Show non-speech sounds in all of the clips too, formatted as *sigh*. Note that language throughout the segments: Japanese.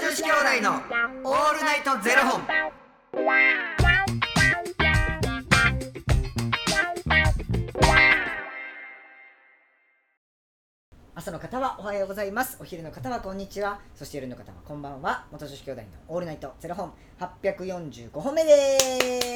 子兄弟のオールナイトゼロ本。朝の方はおはようございますお昼の方はこんにちはそして夜の方はこんばんは元女子兄弟のオールナイトゼロ本845本目で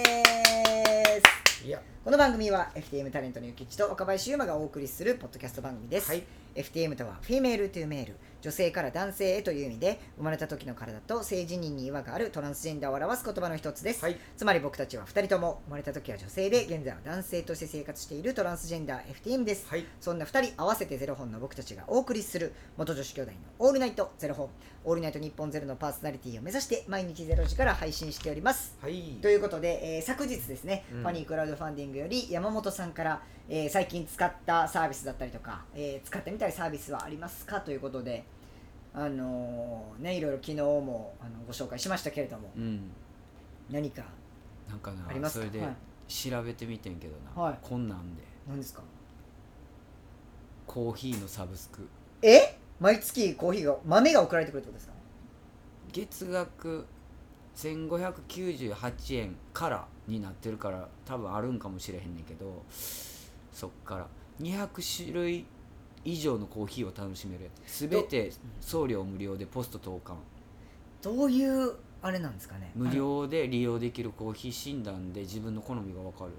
すいや、この番組は FTM タレントのゆきちと若林優馬がお送りするポッドキャスト番組です、はい FTM とはフィメールトゥーメール女性から男性へという意味で生まれた時の体と性自認に違和があるトランスジェンダーを表す言葉の一つです、はいつまり僕たちは2人とも生まれた時は女性で現在は男性として生活しているトランスジェンダー FTM です、はい、そんな2人合わせてゼロ本の僕たちがお送りする元女子兄弟のオールナイトゼロ本オールナイト日本ゼロのパーソナリティを目指して毎日ゼロ時から配信しておりますはいと。いうことで、えー昨日ですね、うんファニークラウドファンディングより山本さんから、えー最近使ったサービスだったりとか、えー使ってみたいサービスはありますかということで、あのーね、いろいろ昨日もあのご紹介しましたけれどもうん何かなんかありなますそかれではい調べてみてんけどな、はいこんなんで何ですかコーヒーのサブスクえ毎月コーヒーが豆が送られてくるってことですか月額1598円からになってるから多分あるんかもしれへんねんけどそっから200種類以上のコーヒーを楽しめるやつ全て送料無料でポスト投函どういうあれなんですかね無料で利用できるコーヒー診断で自分の好みが分かる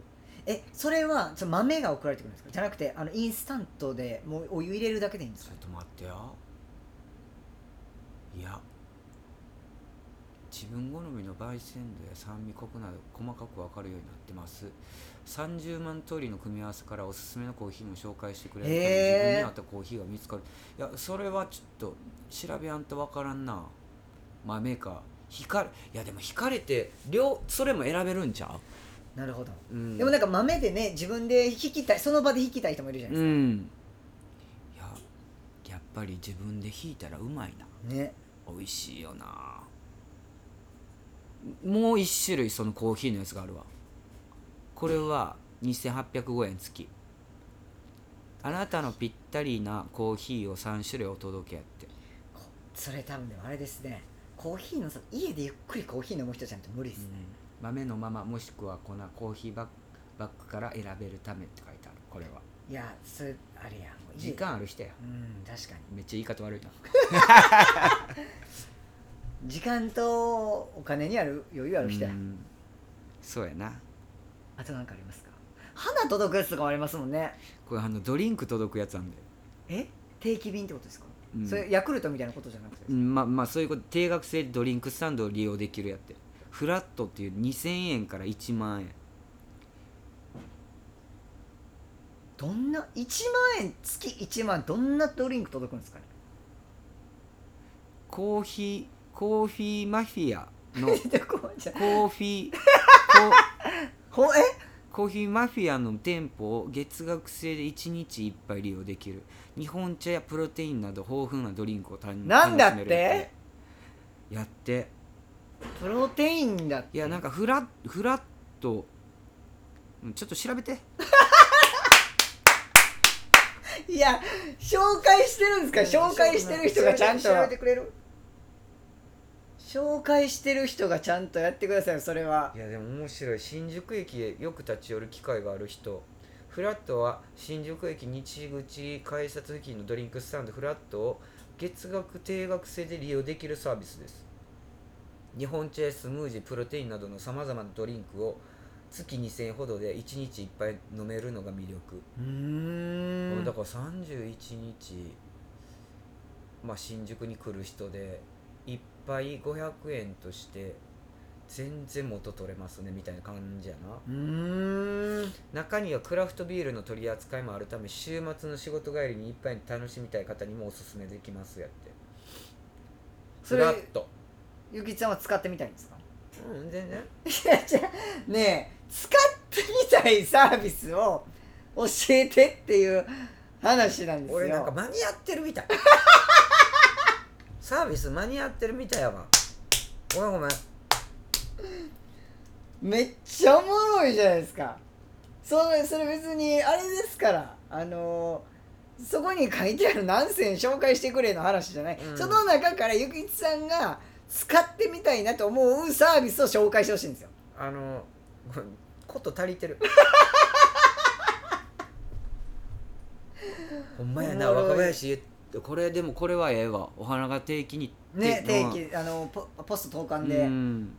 えそれはその豆が送られてくるんですかじゃなくてあのインスタントでもうお湯入れるだけでいいんですちかょっと待ってよいや自分好みの焙煎度や酸味コクなど細かく分かるようになってます30万通りの組み合わせからおすすめのコーヒーも紹介してくれるためにへー自分に合ったコーヒーが見つかるいやそれはちょっと調べやんと分からんな豆か惹かれいやでも惹かれて両それも選べるんちゃなるほど、う、うん、でもなんか豆でね自分で引きたいその場で引きたい人もいるじゃないうでんいややっぱり自分で引いたらうまいなすか、ね美味しいよなもう一種類そのコーヒーのやつがあるわこれは2805円付きあなたのぴったりなコーヒーを3種類お届けやってこそれ多分でもあれですねコーヒーのさ家でゆっくりコーヒー飲む人じゃないと無理ですね、豆のままもしくは粉コーヒーバッグバッグから選べるためって書いてあるこれはいやそれあれやもう家時間ある人やうん確かにめっちゃ言い方悪いな時間とお金にある余裕ある人や、うんそうやなあと何かありますか花届くやつとかもありますもんねこれあのドリンク届くやつなんだよえ定期便ってことですか、うんそれヤクルトみたいなことじゃなくて、うんまあまあそういうこと定額制ドリンクスタンドを利用できるやってフラットっていう2000円から1万円どんな1万円月1万どんなドリンク届くんですかね *laughs* コーヒーコーヒーマフィア *laughs* のコでこうじゃーヒーコほえコーヒーマフィアの店舗を月額制で1日いっぱい利用できる日本茶やプロテインなど豊富なドリンクを楽しめるなんだってやってプロテインだっていやなんかフラッフラットうんちょっと調べていや紹介してるんですか紹介してる人がちゃんと調べてくれる紹介してる人がちゃんとやってくださいよそれはいやでも面白い新宿駅へよく立ち寄る機会がある人フラットは新宿駅西口改札付近のドリンクスタンドフラットを月額定額制で利用できるサービスです日本茶やスムージープロテインなどのさまざまなドリンクを月2000円ほどで1日いっぱい飲めるのが魅力、うーこれんだから31日、まあ、新宿に来る人で1杯500円として全然元取れますねみたいな感じやなうーん中にはクラフトビールの取り扱いもあるため週末の仕事帰りに一杯楽しみたい方にもおすすめできますやってそフれラッとゆきちゃんは使ってみたいんですかうん全然いやじゃあ *laughs* ねえ使ってみたいサービスを教えてっていう話なんですよ俺なんか間に合ってるみたいサービス間に合ってるみたいやわごめんごめんめっちゃおもろいじゃないですかそれそれ別にあれですからあのーそこに書いてある何選紹介してくれの話じゃない、うんその中からゆきちさんが使ってみたいなと思うサービスを紹介してほしいんですよ *laughs* あのごめんこと足り *laughs* てるほんまやなおもろい若林言っこれでもこれはええわお花が定期にねて定期あのポポスト投う函んで、うん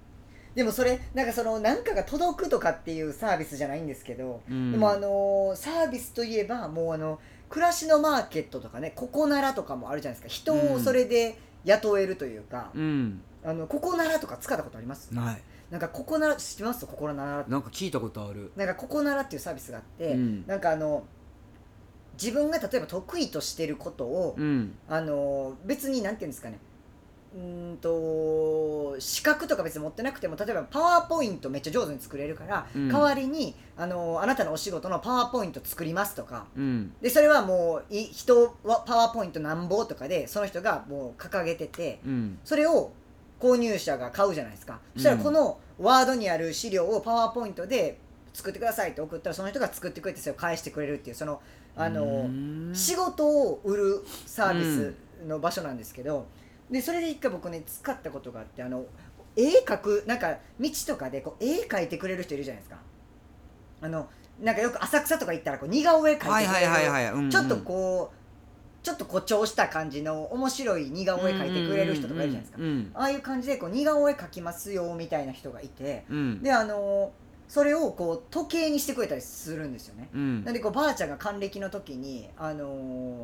でもそれなんかそのなんかが届くとかっていうサービスじゃないんですけど、うんでもあのーサービスといえばもうあの暮らしのマーケットとかねここならとかもあるじゃないですか人をそれで雇えるというか、うんあのここならとか使ったことありますないなんかここなら知ってますここならなんか聞いたことあるなんかここならっていうサービスがあって、うんなんかあの自分が例えば得意としてることを、うんあの別になんていうんですかねうーんと資格とか別に持ってなくても例えばパワーポイントめっちゃ上手に作れるから、うん代わりにあのあなたのお仕事のパワーポイント作りますとかうんでそれはもうい人はパワーポイントなんぼとかでその人がもう掲げててうんそれを購入者が買うじゃないですかそしたらうんこのワードにある資料をパワーポイントで作ってくださいって送ったらその人が作ってくれてそれを返してくれるっていうそのあの、うん仕事を売るサービスの場所なんですけど、でそれで一回僕ね使ったことがあってあの絵描くなんか道とかでこう絵描いてくれる人いるじゃないですかあのなんかよく浅草とか行ったらこう似顔絵描いてくはれいる、はいはいはい、うんうんちょっとこうちょっと誇張した感じの面白い似顔絵描いてくれる人とかいるじゃないですか、うんああいう感じでこう似顔絵描きますよみたいな人がいてうんであのそれをこう時計にしてくれたりするんですよねうんなんでこうばあちゃんが還暦の時にあのー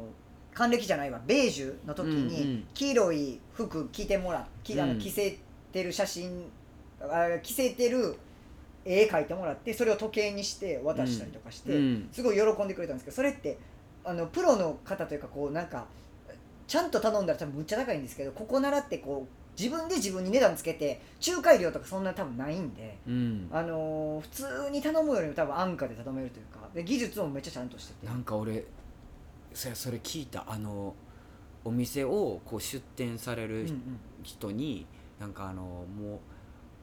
還暦じゃないわベージュのう時んうにん黄色い服着てもらきあうのん着せてる写真あ着せてる絵描いてもらってそれを時計にして渡したりとかして、うんすごい喜んでくれたんですけどそれってあのプロの方というかこうなんかちゃんと頼んだら多分むっちゃ高いんですけどここならってこう自分で自分に値段つけて仲介料とかそんな多分ないんで。うんあのー普通に頼むよりも多分安価で頼めるというかで技術もめっちゃちゃんとしててなんか俺そやそれ聞いたあのお店をこう出店されうんるうん人に、なんかあのもう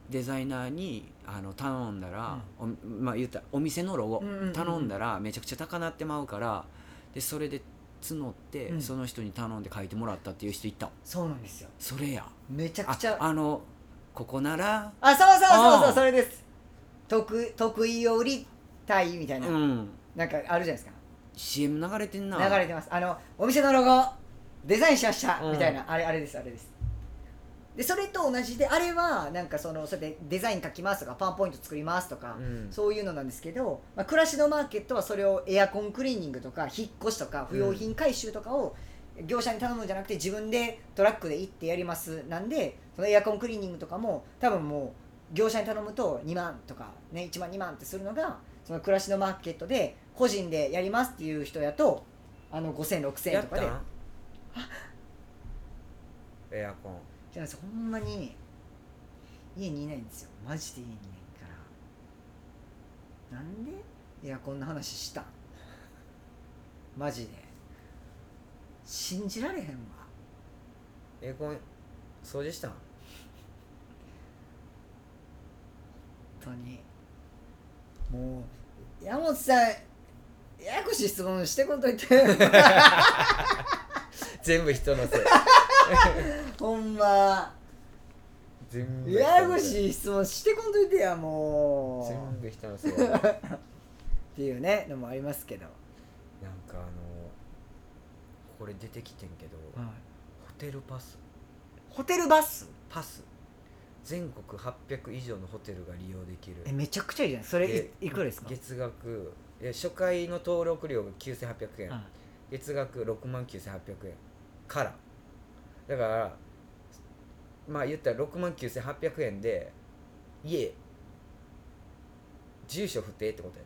デザイナーにあの頼んだら、おまあ言ったらお店のロゴうんうんうんうん頼んだらめちゃくちゃ高なってまうからでそれで募って、うんその人に頼んで書いてもらったっていう人いたそうなんですよそれやめちゃあくちゃああのここならそうそうそうあそうーそれです得得意を売りたいみたいな、うんなんかあるじゃないです CM 流れてんなか流れてますあのお店のロゴデザインしました、うんみたいなあれあれですあれですでそれと同じであれはなんかそのそれでデザイン書きますとかパワーポイント作りますとか、うんそういうのなんですけど、まあ、暮らしのマーケットはそれをエアコンクリーニングとか引っ越しとか不用品回収とかを業者に頼むんじゃなくて自分でトラックで行ってやりますなんでそのエアコンクリーニングとかも多分もう業者に頼むと2万とか、ね、1万2万ってするのがその暮らしのマーケットで個人でやりますっていう人やとあの50006000円やっとかたでんエアコンじゃないですほんまに家にいないんですよマジで家にいないからなんでエアコンの話したんマジで信じられへんわエアコン掃除したん本当にもう山本さんややこしい質問してこんといて全部人 *laughs* のせいほんま全部人のせいややこしい質問してこんといてやもう全部人のせいっていうねのもありますけど、なんかあのこれ出てきてんけど、ホテルパスホテルバスパス全国800以上のホテルが利用できるえめちゃくちゃいいじゃないそれいいくらですか月額え初回の登録料が9800円、うん月額6万9800円からだからまあ言ったら6万9800円で家住所不定ってことや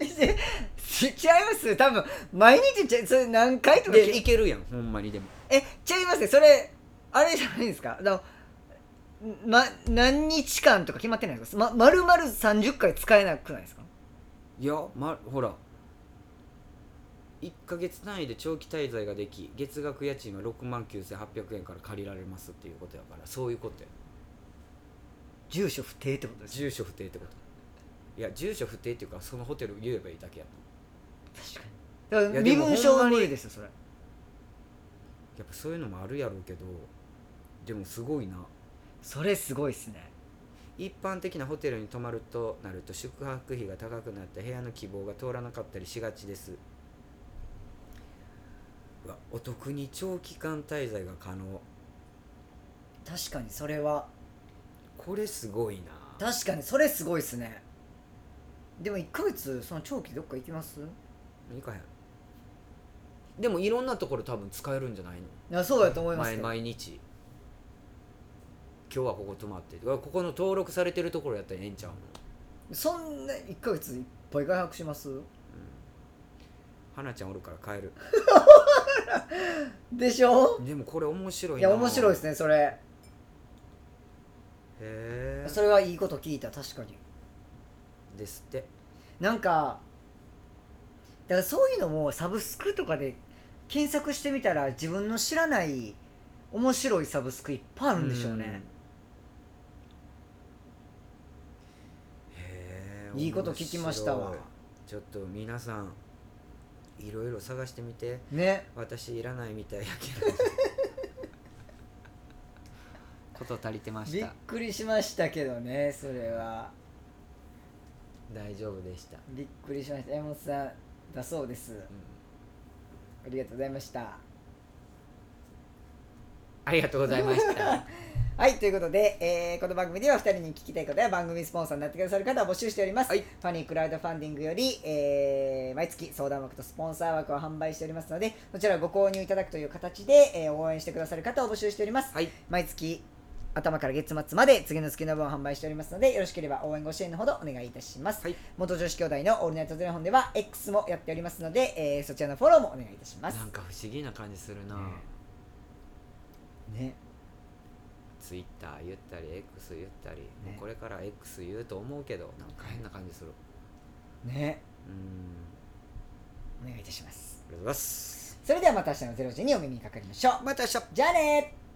*laughs* え違います多分毎日ちゃそれ何回とかで聞いいけるやんほんまにでもえ違いますねそれあれじゃないですかあのま何日間とか決まってないですかま丸々30回使えなくないですかいや、ま、ほら1ヶ月単位で長期滞在ができ月額家賃は6万9800円から借りられますっていうことやからそういうことや住所不定ってことです住所不定ってこといや住所不定っていうかそのホテル言えばいいだけやと確かにだからいや身でも分証ほんまに無理ですよそれやっぱそういうのもあるやろうけどでもすごいなそれすごいっすね一般的なホテルに泊まるとなると宿泊費が高くなって部屋の希望が通らなかったりしがちですうわお得に長期間滞在が可能確かにそれはこれすごいな確かにそれすごいっすねでも1ヶ月その長期どっか行きますいいかへんでもいろんなところ多分使えるんじゃないのいやそうやと思います毎けど毎日今日はここ泊まってうわここの登録されてるところやったらええんちゃうのそんな1ヶ月いっぱい外泊します花ちゃんおるか *laughs* ら帰るでしょでもこれ面白いないや面白いですねねそれへそえれはいいこと聞いた確かにですってなんかだからそういうのもサブスクとかで検索してみたら自分の知らない面白いサブスクいっぱいあるんでしょうねへえいいこと聞きましたわ面白いちょっと皆さんいろいろ探してみてね私いらないみたいやけ *laughs* どこと足りてましびったくりしましたけどねそれは大丈夫でした、びっくりしました山本さんだそうですうんありがとうございましたありがとうござい *laughs* ました。はい、ということで、えーこの番組では2人に聞きたいことや番組スポンサーになってくださる方を募集しております。はいファニークラウドファンディングより、えー毎月相談枠とスポンサー枠を販売しておりますので、そちらをご購入いただくという形で、えー応援してくださる方を募集しております。はい、毎月頭から月末まで次の月の分を販売しておりますのでよろしければ応援ご支援のほどお願いいたします、はい元女子兄弟の「オールナイトゼロ本では X もやっておりますので、えーそちらのフォローもお願いいたしますなんか不思議な感じするな。ねツイッター言ったり、X 言ったり、ねもうこれから X 言うと思うけど、なんか変な感じする。ねうん、お願いいたしますありがとうございます。それではまた明日の0時にお耳にかかりましょう。また明日。じゃあねー